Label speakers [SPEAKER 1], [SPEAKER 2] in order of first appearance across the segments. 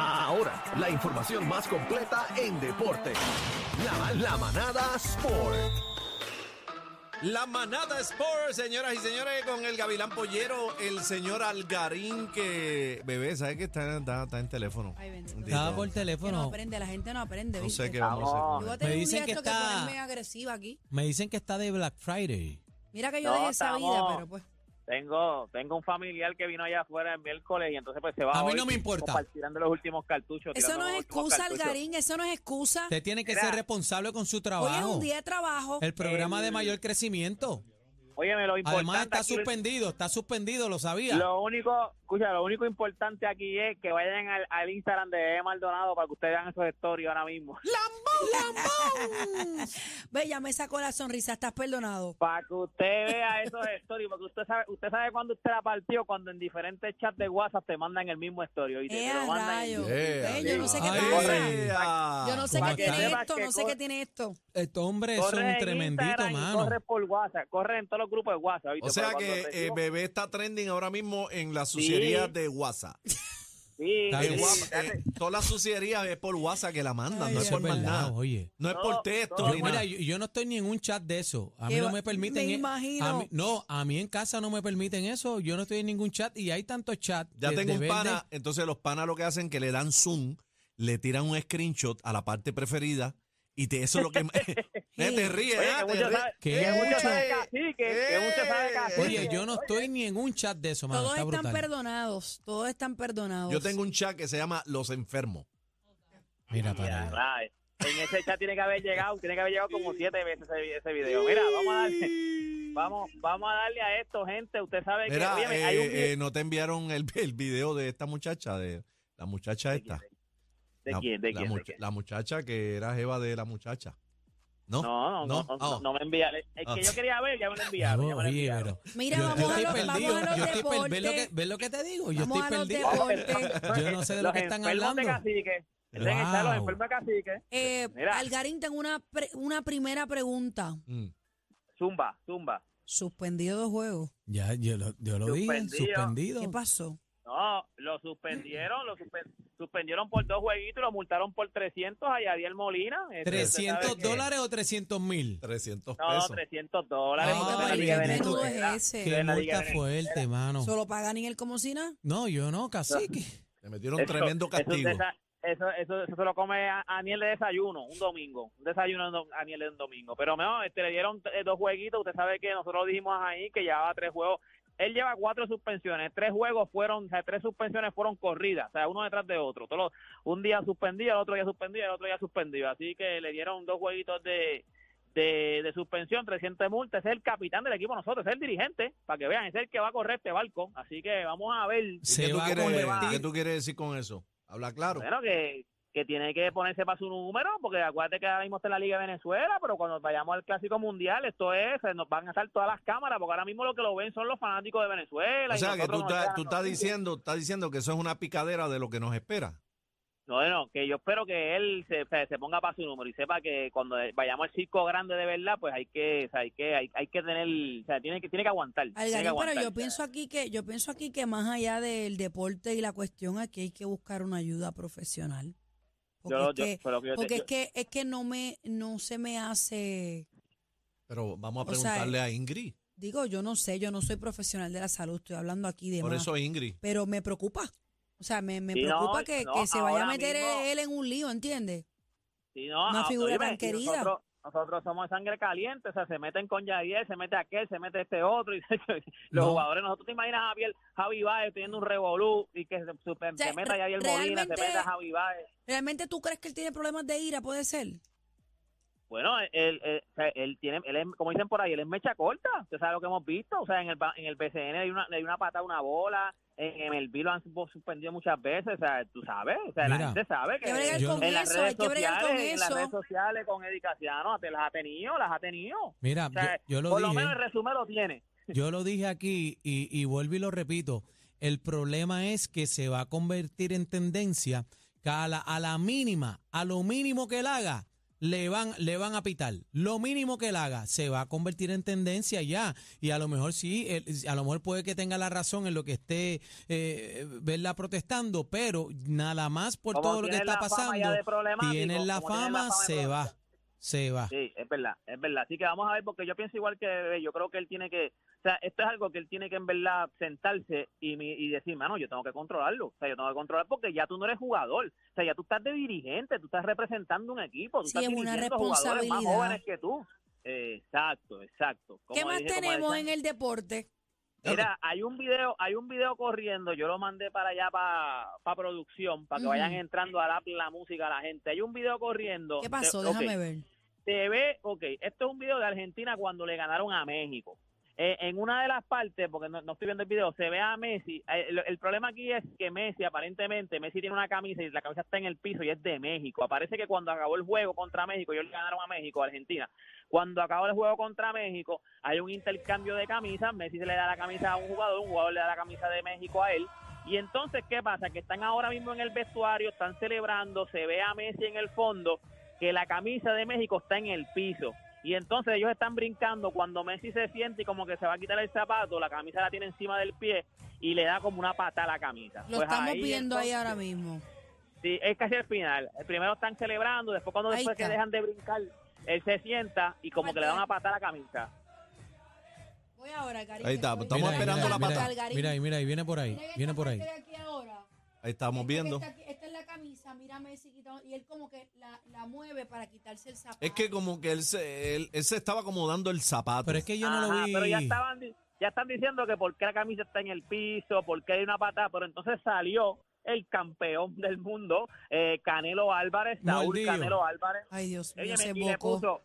[SPEAKER 1] Ahora, la información más completa en deporte. La, la manada Sport.
[SPEAKER 2] La manada Sport, señoras y señores, con el Gavilán Pollero, el señor Algarín, que bebé, ¿sabes que está, está- está en teléfono?
[SPEAKER 3] Ay, bendito.
[SPEAKER 2] Bendito.
[SPEAKER 4] Estaba por
[SPEAKER 3] Que no
[SPEAKER 4] teléfono.
[SPEAKER 3] aprende, la gente no aprende,
[SPEAKER 2] No sé
[SPEAKER 3] ¿viste?
[SPEAKER 2] qué vamos a
[SPEAKER 3] Yo
[SPEAKER 2] hacer.
[SPEAKER 3] voy
[SPEAKER 2] con
[SPEAKER 3] a
[SPEAKER 2] él.
[SPEAKER 3] tener
[SPEAKER 4] Me
[SPEAKER 3] un
[SPEAKER 4] dicen
[SPEAKER 3] día
[SPEAKER 4] que
[SPEAKER 3] esto que
[SPEAKER 4] está-
[SPEAKER 3] ponerme agresiva aquí.
[SPEAKER 4] Me dicen que está de Black Friday.
[SPEAKER 3] Mira que yo
[SPEAKER 5] No,
[SPEAKER 3] dejé esa vida,
[SPEAKER 5] estamos-
[SPEAKER 3] pero pues.
[SPEAKER 5] Tengo, tengo un familiar que vino allá afuera el miércoles y entonces pues se va
[SPEAKER 4] A mí
[SPEAKER 5] hoy
[SPEAKER 4] no me
[SPEAKER 5] y
[SPEAKER 4] importa.
[SPEAKER 5] estamos Tirando los últimos cartuchos.
[SPEAKER 3] Eso
[SPEAKER 5] tirando
[SPEAKER 3] no
[SPEAKER 5] los
[SPEAKER 3] es
[SPEAKER 5] últimos
[SPEAKER 3] excusa,
[SPEAKER 5] cartuchos.
[SPEAKER 3] Algarín, eso no es excusa.
[SPEAKER 4] Usted tiene que
[SPEAKER 5] Mira.
[SPEAKER 4] ser responsable con su
[SPEAKER 3] Hoy es
[SPEAKER 4] trabajo.
[SPEAKER 3] un día de trabajo.
[SPEAKER 4] El programa de
[SPEAKER 5] El-
[SPEAKER 4] mayor crecimiento.
[SPEAKER 5] Óyeme, lo importante
[SPEAKER 4] Además está
[SPEAKER 5] aquí-
[SPEAKER 4] suspendido, está suspendido, lo sabía.
[SPEAKER 5] Lo único, escucha, lo único importante aquí es que vayan al, al Instagram de E. Maldonado para que ustedes vean esos stories ahora mismo.
[SPEAKER 3] Ve, ya me sacó la sonrisa, estás perdonado.
[SPEAKER 5] Para que usted vea esos stories, porque usted sabe, usted sabe cuando usted la partió, cuando en diferentes chats de WhatsApp te mandan el mismo story. Y te,
[SPEAKER 3] Eh,
[SPEAKER 5] lo
[SPEAKER 3] a
[SPEAKER 5] mandan en-
[SPEAKER 3] rayo.
[SPEAKER 2] Yeah.
[SPEAKER 3] Ve, yo no sé qué
[SPEAKER 4] Ay.
[SPEAKER 3] pasa.
[SPEAKER 2] Ea.
[SPEAKER 3] Yo no sé
[SPEAKER 4] Ah, ¿Cómo
[SPEAKER 3] qué
[SPEAKER 4] está?
[SPEAKER 3] tiene esto,
[SPEAKER 5] Que
[SPEAKER 3] no sé
[SPEAKER 5] cor-
[SPEAKER 3] qué tiene esto.
[SPEAKER 4] Este hombre es
[SPEAKER 5] Corre
[SPEAKER 4] un
[SPEAKER 5] en
[SPEAKER 4] tremendito,
[SPEAKER 5] Instagram y
[SPEAKER 4] mano.
[SPEAKER 5] Corre por WhatsApp, corre en todos los grupos de WhatsApp. ¿viste?
[SPEAKER 2] O sea
[SPEAKER 5] Pero
[SPEAKER 2] que
[SPEAKER 5] cuando te
[SPEAKER 2] eh,
[SPEAKER 5] digo-
[SPEAKER 2] bebé está trending ahora mismo en las sucierías
[SPEAKER 5] Sí.
[SPEAKER 2] de WhatsApp.
[SPEAKER 5] Sí,
[SPEAKER 4] Está
[SPEAKER 2] En
[SPEAKER 4] bien.
[SPEAKER 2] WhatsApp, eh, todas las sucierías es por WhatsApp que la mandan, no es
[SPEAKER 4] Eso
[SPEAKER 2] por
[SPEAKER 4] es
[SPEAKER 2] más
[SPEAKER 4] verdad,
[SPEAKER 2] nada.
[SPEAKER 4] oye.
[SPEAKER 2] No es por
[SPEAKER 5] Todo-
[SPEAKER 2] texto
[SPEAKER 5] todo-
[SPEAKER 2] ni
[SPEAKER 4] Mira,
[SPEAKER 2] nada.
[SPEAKER 4] yo, yo no estoy ni en un chat de eso. A mí
[SPEAKER 3] Que
[SPEAKER 4] no
[SPEAKER 3] va-
[SPEAKER 4] me permiten.
[SPEAKER 3] me
[SPEAKER 4] e-
[SPEAKER 3] imagino.
[SPEAKER 4] a mí- no, a mí en casa no me permiten eso. Yo no estoy en ningún chat y hay tantos chats.
[SPEAKER 2] Ya
[SPEAKER 4] de-
[SPEAKER 2] tengo
[SPEAKER 4] Eh, de
[SPEAKER 2] un
[SPEAKER 4] verde.
[SPEAKER 2] pana, entonces los panas lo que hacen que le dan zoom, le tiran un screenshot a la parte preferida y te, eso es lo que... Eh, te ríes,
[SPEAKER 5] Oye,
[SPEAKER 2] ¿verdad?
[SPEAKER 5] que
[SPEAKER 2] Te
[SPEAKER 5] mucho
[SPEAKER 2] ríes.
[SPEAKER 4] ¿Qué?
[SPEAKER 5] sabe- que mucho sabe
[SPEAKER 2] Eh,
[SPEAKER 5] cacique, que mucho sabe cacique.
[SPEAKER 4] Oye, yo no estoy ni en un chat de eso, mano.
[SPEAKER 3] Todos
[SPEAKER 4] está
[SPEAKER 3] están
[SPEAKER 4] brutal.
[SPEAKER 3] perdonados, todos están perdonados.
[SPEAKER 2] Yo tengo un chat que se llama Los Enfermos.
[SPEAKER 4] Mira para
[SPEAKER 5] Ya,
[SPEAKER 4] allá.
[SPEAKER 5] rayo. En ese chat tiene que haber llegado, tiene que haber llegado como siete veces ese, ese video. Mira, vamos a darle, vamos, vamos a darle a esto, gente. Usted sabe que
[SPEAKER 2] Mira,
[SPEAKER 5] óyeme,
[SPEAKER 2] eh,
[SPEAKER 5] hay un
[SPEAKER 2] eh, no te enviaron el, el video de esta muchacha, de la muchacha
[SPEAKER 5] ¿De quién?
[SPEAKER 2] esta.
[SPEAKER 5] ¿De
[SPEAKER 2] La-
[SPEAKER 5] quién? ¿De
[SPEAKER 2] la
[SPEAKER 5] quién?
[SPEAKER 2] mucha-
[SPEAKER 5] ¿De quién?
[SPEAKER 2] La muchacha que era jeva de la muchacha. ¿No?
[SPEAKER 5] No, no, no, no,
[SPEAKER 2] Ah,
[SPEAKER 5] no, no me envía. Es
[SPEAKER 2] Ah.
[SPEAKER 5] que yo quería ver, ya me lo enviaron. ya me
[SPEAKER 4] Oye,
[SPEAKER 5] lo enviaron.
[SPEAKER 4] pero.
[SPEAKER 3] Mira,
[SPEAKER 4] yo,
[SPEAKER 3] vamos,
[SPEAKER 4] yo
[SPEAKER 3] a
[SPEAKER 4] estoy
[SPEAKER 3] los,
[SPEAKER 4] perdido.
[SPEAKER 3] vamos a
[SPEAKER 4] yo
[SPEAKER 3] los
[SPEAKER 4] estoy per- ¿ves, lo que,
[SPEAKER 3] deportes.
[SPEAKER 4] ves lo que te digo? Yo
[SPEAKER 3] Vamos
[SPEAKER 4] estoy
[SPEAKER 3] a los
[SPEAKER 4] perdido.
[SPEAKER 3] deportes.
[SPEAKER 4] Yo no sé de lo
[SPEAKER 5] Los
[SPEAKER 4] que están
[SPEAKER 5] enfermos de
[SPEAKER 4] hablando.
[SPEAKER 5] cacique. Están en el chat los
[SPEAKER 4] Wow.
[SPEAKER 5] enfermos de cacique.
[SPEAKER 3] Eh,
[SPEAKER 5] Mira.
[SPEAKER 3] Algarín, tengo una, pre- una primera pregunta.
[SPEAKER 2] Mm.
[SPEAKER 5] Zumba, zumba.
[SPEAKER 3] Suspendido dos juegos.
[SPEAKER 4] Ya, yo lo, yo lo dije,
[SPEAKER 5] Suspendido.
[SPEAKER 4] suspendido.
[SPEAKER 3] ¿Qué pasó?
[SPEAKER 5] No, lo suspendieron, lo suspe- suspendieron por dos jueguitos, lo multaron por 300 a Yadiel Molina. Este, usted sabe
[SPEAKER 4] 300
[SPEAKER 5] que-
[SPEAKER 4] dólares o 300 mil.
[SPEAKER 2] 300
[SPEAKER 5] No, no,
[SPEAKER 2] pesos.
[SPEAKER 5] 300 dólares.
[SPEAKER 4] Ah,
[SPEAKER 5] porque
[SPEAKER 3] Porque
[SPEAKER 5] la
[SPEAKER 3] el
[SPEAKER 4] bien,
[SPEAKER 5] Liga
[SPEAKER 4] bien,
[SPEAKER 3] qué
[SPEAKER 4] bien.
[SPEAKER 3] menudo
[SPEAKER 5] Venezolana-
[SPEAKER 3] es ese?
[SPEAKER 4] Qué
[SPEAKER 5] la Liga
[SPEAKER 4] multa
[SPEAKER 5] Venezolana.
[SPEAKER 4] fuerte, mano.
[SPEAKER 3] ¿Solo pagan en el como si nada?
[SPEAKER 4] No, yo no, cacique.
[SPEAKER 2] Le metieron
[SPEAKER 5] Eso-
[SPEAKER 2] tremendo
[SPEAKER 5] eso
[SPEAKER 2] castigo.
[SPEAKER 5] usted sa- Eso, eso, eso se lo come a Aniel de desayuno, un domingo. Un desayuno de Aniel de un domingo. Pero no, este, le dieron eh, dos jueguitos. Usted sabe que nosotros dijimos ahí que llevaba tres juegos. Él lleva cuatro suspensiones. Tres juegos fueron, o sea, tres suspensiones fueron corridas, o sea, uno detrás de otro. Todos los- un día suspendido, el otro día suspendido, el otro día suspendido. Así que le dieron dos jueguitos de, de, de suspensión, 300 multas. Es el capitán del equipo nosotros, es el dirigente, para que vean, es el que va a correr este barco. Así que vamos a ver.
[SPEAKER 2] ¿Y ¿Qué
[SPEAKER 4] Se
[SPEAKER 2] tú,
[SPEAKER 4] va a
[SPEAKER 2] quieres, qué
[SPEAKER 4] convertir.
[SPEAKER 2] tú quieres decir con eso? Habla claro.
[SPEAKER 5] Bueno, que, que tiene que ponerse para su número, porque acuérdate que ahora mismo está en la Liga de Venezuela, pero cuando vayamos al Clásico Mundial, esto es, se nos van a estar todas las cámaras, porque ahora mismo lo que lo ven son los fanáticos de Venezuela.
[SPEAKER 2] O
[SPEAKER 5] y
[SPEAKER 2] sea, que
[SPEAKER 5] nosotros
[SPEAKER 2] tú
[SPEAKER 5] nos
[SPEAKER 2] estás,
[SPEAKER 5] llegan
[SPEAKER 2] tú
[SPEAKER 5] las
[SPEAKER 2] estás
[SPEAKER 5] noticias.
[SPEAKER 2] diciendo, estás diciendo que eso es una picadera de lo que nos espera.
[SPEAKER 5] No, bueno, que yo espero que él se, se- se ponga para su número y sepa que cuando vayamos al circo grande de verdad, pues hay que, o sea, hay que, hay, hay que tener, o sea, tiene que, tiene que aguantar. tiene que
[SPEAKER 3] Algarín, pero
[SPEAKER 5] aguantar.
[SPEAKER 3] yo pienso aquí que yo pienso aquí que más allá del deporte y la cuestión aquí hay que buscar una ayuda profesional. Porque,
[SPEAKER 5] Yo-
[SPEAKER 3] es,
[SPEAKER 5] yo-
[SPEAKER 3] que,
[SPEAKER 5] pero que yo te-
[SPEAKER 3] porque es
[SPEAKER 5] yo-
[SPEAKER 3] que es que no me no se me hace
[SPEAKER 2] Pero vamos a
[SPEAKER 3] O sea,
[SPEAKER 2] preguntarle a Ingrid.
[SPEAKER 3] digo yo no sé yo no soy profesional de la salud estoy hablando aquí de
[SPEAKER 2] Por
[SPEAKER 3] más,
[SPEAKER 2] eso Ingrid.
[SPEAKER 3] pero me preocupa o sea me, me
[SPEAKER 5] Sí, no,
[SPEAKER 3] preocupa que,
[SPEAKER 5] no,
[SPEAKER 3] que se vaya a
[SPEAKER 5] ahora
[SPEAKER 3] meter
[SPEAKER 5] mismo-
[SPEAKER 3] él en un lío ¿entiendes?
[SPEAKER 5] Sí, no,
[SPEAKER 3] Una
[SPEAKER 5] ah,
[SPEAKER 3] figura tan
[SPEAKER 5] y
[SPEAKER 3] querida.
[SPEAKER 5] Nosotros, nosotros somos sangre caliente, o sea, se meten con Yadier, se mete aquel, se mete este otro, y los
[SPEAKER 4] No.
[SPEAKER 5] jugadores, nosotros te imaginas a Javier, Javi Baez teniendo un revolú y que se, se- se
[SPEAKER 3] sea,
[SPEAKER 5] meta
[SPEAKER 3] re-
[SPEAKER 5] Yadier Molina, se
[SPEAKER 3] realmente-
[SPEAKER 5] meta Javi Baez.
[SPEAKER 3] ¿Realmente tú crees que él tiene problemas de ira? Puede ser.
[SPEAKER 5] Bueno, él, él- o sea, él tiene, él es, como dicen por ahí, él es mecha corta, usted sabe lo que hemos visto, o sea, en el, ba- en el BCN le dio una, le dio una patada a una bola, en el B lo han su- suspendido muchas veces, o sea, tú sabes, o sea,
[SPEAKER 4] Mira.
[SPEAKER 5] la gente sabe que...
[SPEAKER 3] Hay que bregar
[SPEAKER 4] Yo-
[SPEAKER 3] con
[SPEAKER 5] Eh, en las
[SPEAKER 3] eso, hay
[SPEAKER 5] redes
[SPEAKER 3] que bregar con
[SPEAKER 5] sociales, en las redes
[SPEAKER 3] eso.
[SPEAKER 5] sociales con Eddie Casiano, te las ha tenido, las ha tenido.
[SPEAKER 4] Mira,
[SPEAKER 5] O sea,
[SPEAKER 4] yo, yo lo
[SPEAKER 5] por
[SPEAKER 4] dije.
[SPEAKER 5] lo menos el resumen lo tiene.
[SPEAKER 4] Yo lo dije aquí y, y vuelvo y lo repito. El problema es que se va a convertir en tendencia que a la, a la mínima, a lo mínimo que él haga, le van, le van a pitar. Lo mínimo que él haga se va a convertir en tendencia ya. Y a lo mejor sí, él- a lo mejor puede que tenga la razón en lo que esté eh, verla protestando, pero nada más por
[SPEAKER 5] Como
[SPEAKER 4] todo lo que
[SPEAKER 5] tiene
[SPEAKER 4] está
[SPEAKER 5] la fama ya
[SPEAKER 4] pasando,
[SPEAKER 5] de problemático,
[SPEAKER 4] tienen la
[SPEAKER 5] como tiene la
[SPEAKER 4] fama,
[SPEAKER 5] fama de
[SPEAKER 4] se va,
[SPEAKER 5] problemático.
[SPEAKER 4] se va.
[SPEAKER 5] Sí, es verdad, es verdad. Así que vamos a ver, porque yo pienso igual que Bebé. Yo creo que él tiene que, o sea, esto es algo que él tiene que en verdad sentarse y, mi- y decir, mano, yo tengo que controlarlo. O sea, yo tengo que controlar porque ya tú no eres jugador. O sea, ya tú estás de dirigente, tú estás representando un equipo. Tú
[SPEAKER 3] Sí,
[SPEAKER 5] estás
[SPEAKER 3] es una
[SPEAKER 5] dirigiendo jugadores más
[SPEAKER 3] responsabilidad.
[SPEAKER 5] jóvenes que tú. Exacto, exacto. Como
[SPEAKER 3] ¿Qué más
[SPEAKER 5] dije, como
[SPEAKER 3] tenemos
[SPEAKER 5] decía-
[SPEAKER 3] en el deporte?
[SPEAKER 5] Mira, hay un video, hay un video corriendo, yo lo mandé para allá para producción, para que
[SPEAKER 3] Ujú.
[SPEAKER 5] vayan entrando a la, la música a la gente. Hay un video corriendo.
[SPEAKER 3] ¿Qué pasó?
[SPEAKER 5] Te- ok,
[SPEAKER 3] Déjame ver.
[SPEAKER 5] Se ve, ok, esto es un video de Argentina cuando le ganaron a México. Eh, en una de las partes, porque no, no estoy viendo el video, se ve a Messi. Eh, lo- el problema aquí es que Messi, aparentemente, Messi tiene una camisa y la camisa está en el piso y es de México. Aparece que cuando acabó el juego contra México, ellos le ganaron a México, a Argentina cuando acaba el juego contra México, hay un intercambio de camisas, Messi se le da la camisa a un jugador, un jugador le da la camisa de México a él. Y entonces, ¿qué pasa? Que están ahora mismo en el vestuario, están celebrando, se ve a Messi en el fondo, que la camisa de México está en el piso. Y entonces ellos están brincando, cuando Messi se siente y como que se va a quitar el zapato, la camisa la tiene encima del pie y le da como una pata a la camisa.
[SPEAKER 3] Lo
[SPEAKER 5] Pues
[SPEAKER 3] estamos
[SPEAKER 5] ahí,
[SPEAKER 3] viendo ahí
[SPEAKER 5] entonces,
[SPEAKER 3] ahora mismo.
[SPEAKER 5] Sí, es casi el final. El primero están celebrando, después cuando
[SPEAKER 3] Ahí
[SPEAKER 5] después que
[SPEAKER 3] está.
[SPEAKER 5] dejan de brincar, él se sienta y como que le da una patada a la camisa.
[SPEAKER 3] Voy ahora, Karim,
[SPEAKER 2] Ahí
[SPEAKER 3] que
[SPEAKER 2] está,
[SPEAKER 3] estoy-
[SPEAKER 2] estamos
[SPEAKER 3] Mira ahí,
[SPEAKER 2] esperando
[SPEAKER 3] mira
[SPEAKER 2] la
[SPEAKER 3] ahí,
[SPEAKER 2] pata.
[SPEAKER 3] mira ahí,
[SPEAKER 4] Mira,
[SPEAKER 3] Karim.
[SPEAKER 4] mira, ahí, mira ahí, viene por ahí,
[SPEAKER 3] Mira esta
[SPEAKER 4] viene por ahí.
[SPEAKER 3] parte de aquí ahora.
[SPEAKER 2] Ahí estamos
[SPEAKER 3] Esta que
[SPEAKER 2] viendo.
[SPEAKER 3] está aquí- Esta es la camisa, mira Messi quitando- y él como que la, la mueve para quitarse el zapato.
[SPEAKER 2] Es que como que él se, él, él se estaba acomodando el zapato.
[SPEAKER 4] Pero es que yo no
[SPEAKER 5] Ajá,
[SPEAKER 4] lo vi.
[SPEAKER 5] Pero ya estaban, di- ya están diciendo que por qué la camisa está en el piso, por qué hay una patada, pero entonces salió el campeón del mundo, eh, Canelo Álvarez, Saúl
[SPEAKER 4] Mordido.
[SPEAKER 5] Canelo Álvarez.
[SPEAKER 3] Ay, Dios mío,
[SPEAKER 5] Óyeme,
[SPEAKER 3] se
[SPEAKER 5] y le
[SPEAKER 3] bocó.
[SPEAKER 5] puso,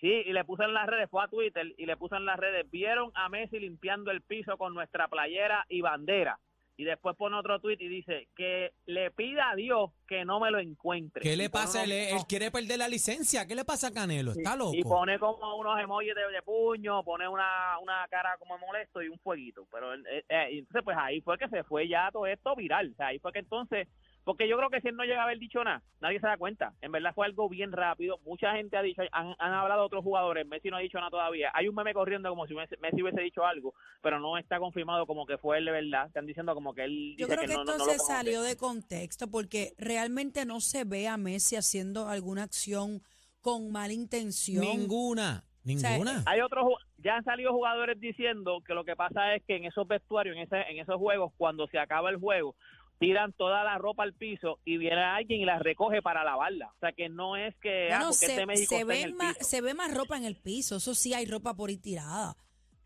[SPEAKER 5] sí, y le puso en las redes, fue a Twitter y le puso en las redes, vieron a Messi limpiando el piso con nuestra playera y bandera. Y después pone otro tweet y dice que le pida a Dios que no me lo encuentre.
[SPEAKER 4] ¿Qué
[SPEAKER 5] Y
[SPEAKER 4] le
[SPEAKER 5] pone
[SPEAKER 4] pasa?
[SPEAKER 5] unos-
[SPEAKER 4] Él, él quiere perder la licencia. ¿Qué le pasa a Canelo? Está
[SPEAKER 5] Y
[SPEAKER 4] loco.
[SPEAKER 5] pone como unos emojis de, de puño, pone una, una cara como molesto y un fueguito. Pero él- eh, eh, y entonces, pues ahí fue que se fue ya todo esto viral. O sea, ahí fue que entonces, porque yo creo que si él no llega a haber dicho nada, nadie se da cuenta. En verdad fue algo bien rápido. Mucha gente ha dicho, han, han hablado otros jugadores, Messi no ha dicho nada todavía. Hay un meme corriendo como si Messi, Messi hubiese dicho algo, pero no está confirmado como que fue él de verdad. Están diciendo como que él
[SPEAKER 3] Yo
[SPEAKER 5] dice
[SPEAKER 3] creo que,
[SPEAKER 5] no,
[SPEAKER 3] esto
[SPEAKER 5] no- no lo
[SPEAKER 3] se
[SPEAKER 5] conoce.
[SPEAKER 3] salió de contexto porque realmente no se ve a Messi haciendo alguna acción con mala intención.
[SPEAKER 4] Ninguna. Ninguna.
[SPEAKER 5] Hay otros, ju- ya han salido jugadores diciendo que lo que pasa es que en esos vestuarios, en, ese, en esos juegos, cuando se acaba el juego, tiran toda la ropa al piso y viene alguien y la recoge para lavarla. O sea que no es que, ah,
[SPEAKER 3] Bueno,
[SPEAKER 5] porque este
[SPEAKER 3] se,
[SPEAKER 5] México
[SPEAKER 3] se
[SPEAKER 5] está en
[SPEAKER 3] ve
[SPEAKER 5] el
[SPEAKER 3] más,
[SPEAKER 5] piso.
[SPEAKER 3] se ve más ropa en el piso, eso sí hay ropa por ahí tirada.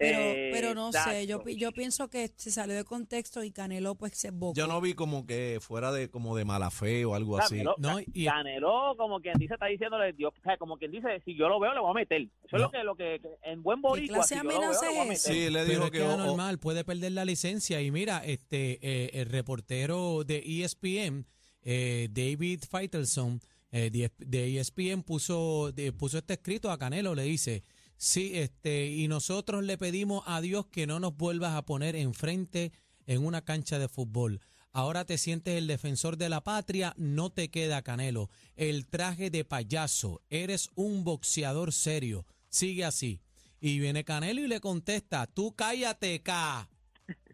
[SPEAKER 3] Pero, pero no sé, yo,
[SPEAKER 5] Exacto.
[SPEAKER 3] pi- yo pienso que se salió de contexto y Canelo pues se bocó.
[SPEAKER 2] Yo no vi como que fuera de como de mala fe o algo así.
[SPEAKER 5] Canelo,
[SPEAKER 4] No, y-
[SPEAKER 5] Canelo, como quien dice, está diciéndole, Dios, o sea, como quien dice, si yo lo veo, lo voy a meter. Eso es
[SPEAKER 4] No.
[SPEAKER 5] lo que, lo que, que en buen boricua,
[SPEAKER 3] clase
[SPEAKER 5] si
[SPEAKER 3] de
[SPEAKER 5] yo lo veo, lo
[SPEAKER 3] amenaza
[SPEAKER 5] voy a
[SPEAKER 3] es
[SPEAKER 5] meter.
[SPEAKER 3] esa?
[SPEAKER 2] Sí, él le
[SPEAKER 4] Pero
[SPEAKER 2] dijo
[SPEAKER 4] es que
[SPEAKER 2] que
[SPEAKER 4] es
[SPEAKER 2] oh, oh,
[SPEAKER 4] normal, puede perder la licencia. Y mira, este eh, el reportero de E ESPN, eh, David Feitelson, eh, de- de ESPN, puso, de- puso este escrito a Canelo, le dice, sí, este, y nosotros le pedimos a Dios que no nos vuelvas a poner enfrente en una cancha de fútbol. Ahora te sientes el defensor de la patria, no te queda Canelo. El traje de payaso, eres un boxeador serio. Sigue así. Y viene Canelo y le contesta, tú cállate, K.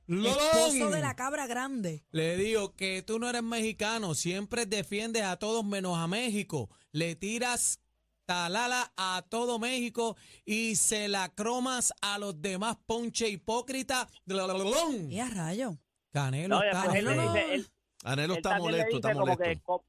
[SPEAKER 3] Esposo de la cabra grande.
[SPEAKER 4] Le digo que tú no eres mexicano, siempre defiendes a todos menos a México. Le tiras talala a todo México y se la cromas a los demás ponche hipócrita. Blablabla.
[SPEAKER 3] Y a rayo.
[SPEAKER 4] Canelo
[SPEAKER 5] No, y
[SPEAKER 4] está
[SPEAKER 5] después él le
[SPEAKER 4] feo.
[SPEAKER 5] dice, él-
[SPEAKER 2] Canelo
[SPEAKER 5] Él
[SPEAKER 2] está
[SPEAKER 5] también le
[SPEAKER 2] molesto, está
[SPEAKER 5] dice como
[SPEAKER 2] molesto.
[SPEAKER 5] que co-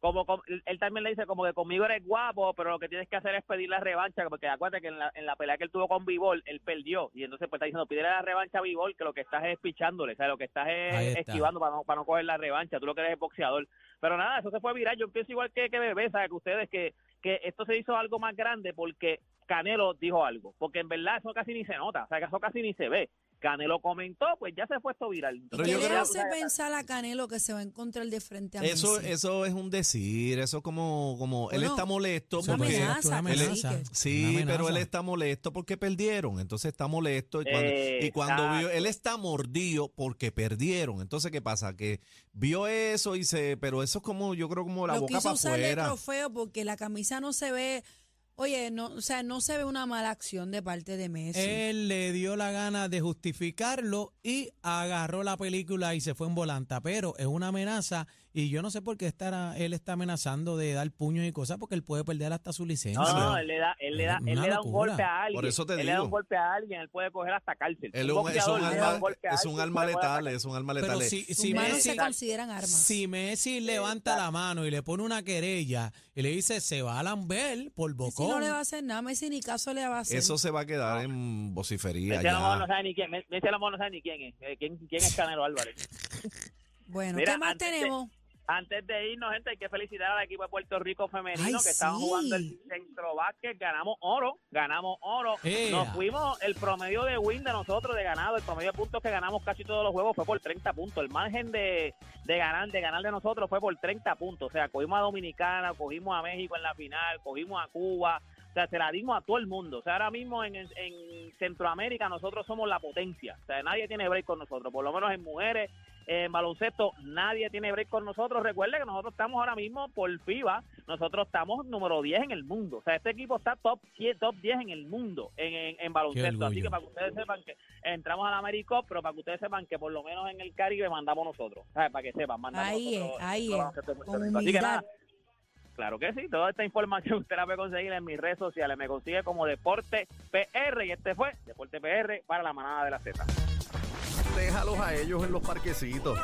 [SPEAKER 5] como- como- él también le dice como que conmigo eres guapo, pero lo que tienes que hacer es pedir la revancha, porque acuérdate que en la, en la pelea que él tuvo con Vivol, él perdió, y entonces pues está diciendo, pídele la revancha a Vivol, que lo que estás es pichándole, o sea, lo que estás
[SPEAKER 4] Ahí
[SPEAKER 5] es
[SPEAKER 4] está.
[SPEAKER 5] esquivando para no, para no coger la revancha, tú lo que eres es boxeador. Pero nada, eso se fue viral, yo pienso igual que, que Bebé, ¿sabes? Que ustedes, que, que esto se hizo algo más grande porque Canelo dijo algo, porque en verdad eso casi ni se nota, o sea, que eso casi ni se ve. Canelo comentó, pues ya se fue esto viral.
[SPEAKER 2] Pero
[SPEAKER 3] ¿Qué
[SPEAKER 2] yo
[SPEAKER 3] le
[SPEAKER 2] creo-
[SPEAKER 3] hace pensar a Canelo que se va a encontrar de frente a
[SPEAKER 2] Eso,
[SPEAKER 3] Messi?
[SPEAKER 2] eso es un decir, eso es como, como él
[SPEAKER 3] Bueno,
[SPEAKER 2] está molesto
[SPEAKER 4] Eso
[SPEAKER 3] una
[SPEAKER 2] porque
[SPEAKER 4] parece
[SPEAKER 3] amenaza,
[SPEAKER 4] una
[SPEAKER 3] él es-
[SPEAKER 4] amenaza,
[SPEAKER 2] Sí,
[SPEAKER 4] una amenaza.
[SPEAKER 2] pero él está molesto porque perdieron, entonces está molesto y cuando, y cuando
[SPEAKER 5] Exacto.
[SPEAKER 2] vio, él está mordido porque perdieron, entonces ¿qué pasa? Que vio eso y se, pero eso es como, yo creo como la
[SPEAKER 3] lo
[SPEAKER 2] boca
[SPEAKER 3] quiso
[SPEAKER 2] para
[SPEAKER 3] usar de
[SPEAKER 2] afuera.
[SPEAKER 3] trofeo porque la camisa no se ve, oye, no, o sea, no se ve una mala acción de parte de Messi.
[SPEAKER 2] Eh,
[SPEAKER 4] Él le dio la gana de justificarlo y agarró la película y se fue en volanta, pero es una amenaza y yo no sé por qué estará, él está amenazando de dar puños y cosas porque él puede perder hasta su licencia.
[SPEAKER 5] No, no, él le da, él le da,
[SPEAKER 4] Una
[SPEAKER 5] él le da un
[SPEAKER 4] locura.
[SPEAKER 5] golpe a alguien.
[SPEAKER 2] Por eso te
[SPEAKER 5] él le da
[SPEAKER 2] digo.
[SPEAKER 5] un golpe a alguien, él puede coger hasta cárcel.
[SPEAKER 2] Él es un- es
[SPEAKER 5] boxeador
[SPEAKER 2] un
[SPEAKER 5] le da
[SPEAKER 2] alma,
[SPEAKER 5] golpe a
[SPEAKER 2] es un
[SPEAKER 5] alguien,
[SPEAKER 2] alma
[SPEAKER 5] puede coger hasta
[SPEAKER 2] letal, es un alma letal.
[SPEAKER 4] pero
[SPEAKER 2] Eh,
[SPEAKER 4] si,
[SPEAKER 3] Sus
[SPEAKER 4] si
[SPEAKER 3] manos
[SPEAKER 5] me-
[SPEAKER 4] Messi,
[SPEAKER 3] se consideran armas.
[SPEAKER 4] si Messi levanta la mano y le pone una querella y le dice se va a lamber por
[SPEAKER 3] Messi
[SPEAKER 4] bocón.
[SPEAKER 3] no le va a hacer nada, Messi ni caso le va a hacer.
[SPEAKER 2] eso se va a quedar en vocifería
[SPEAKER 5] Messi a lo mejor Este no
[SPEAKER 2] ya.
[SPEAKER 5] sabe ni quién, Messi a lo mejor no sabe ni quién es, eh, quién, quién es Canelo Álvarez.
[SPEAKER 3] bueno,
[SPEAKER 5] Mira,
[SPEAKER 3] ¿qué más
[SPEAKER 5] antes de-
[SPEAKER 3] tenemos?
[SPEAKER 5] Antes de irnos, gente, hay que felicitar al equipo de Puerto Rico femenino
[SPEAKER 3] Ay,
[SPEAKER 5] que estaban
[SPEAKER 3] sí.
[SPEAKER 5] jugando el centro básquet, ganamos oro, ganamos oro.
[SPEAKER 4] ¡Ea!
[SPEAKER 5] Nos fuimos, el promedio de win de nosotros de ganado, el promedio de puntos que ganamos casi todos los juegos fue por 30 puntos. El margen de, de ganar de ganar de nosotros fue por 30 puntos. O sea, cogimos a Dominicana, cogimos a México en la final, cogimos a Cuba. O sea, se la dimos a todo el mundo. O sea, ahora mismo en, en Centroamérica nosotros somos la potencia. O sea, nadie tiene break con nosotros, por lo menos en mujeres. En baloncesto nadie tiene break con nosotros. Recuerde que nosotros estamos ahora mismo por FIBA, nosotros estamos número 10 en el mundo. O sea, este equipo está top 10, top 10 en el mundo en, en- en baloncesto. Así
[SPEAKER 4] orgullo.
[SPEAKER 5] que para que ustedes sepan que entramos a la AmeriCup, pero para que ustedes sepan que por lo menos en el Caribe mandamos nosotros. ¿Sabes? Para que sepan, mandamos
[SPEAKER 3] Ahí
[SPEAKER 5] nosotros.
[SPEAKER 3] es, ahí
[SPEAKER 5] el
[SPEAKER 3] es.
[SPEAKER 5] baloncesto de Puerto
[SPEAKER 3] Con
[SPEAKER 5] Rico. Así que
[SPEAKER 3] humildad.
[SPEAKER 5] nada, Claro que sí, toda esta información usted la puede conseguir en mis redes sociales. Me consigue como Deporte PR y este fue Deporte PR para la manada de la Z.
[SPEAKER 1] Déjalos a ellos en los parquecitos.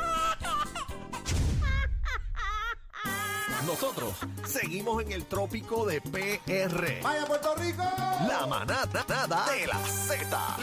[SPEAKER 1] Nosotros seguimos en el trópico de PR.
[SPEAKER 6] ¡Vaya Puerto Rico!
[SPEAKER 1] La manada de la Z.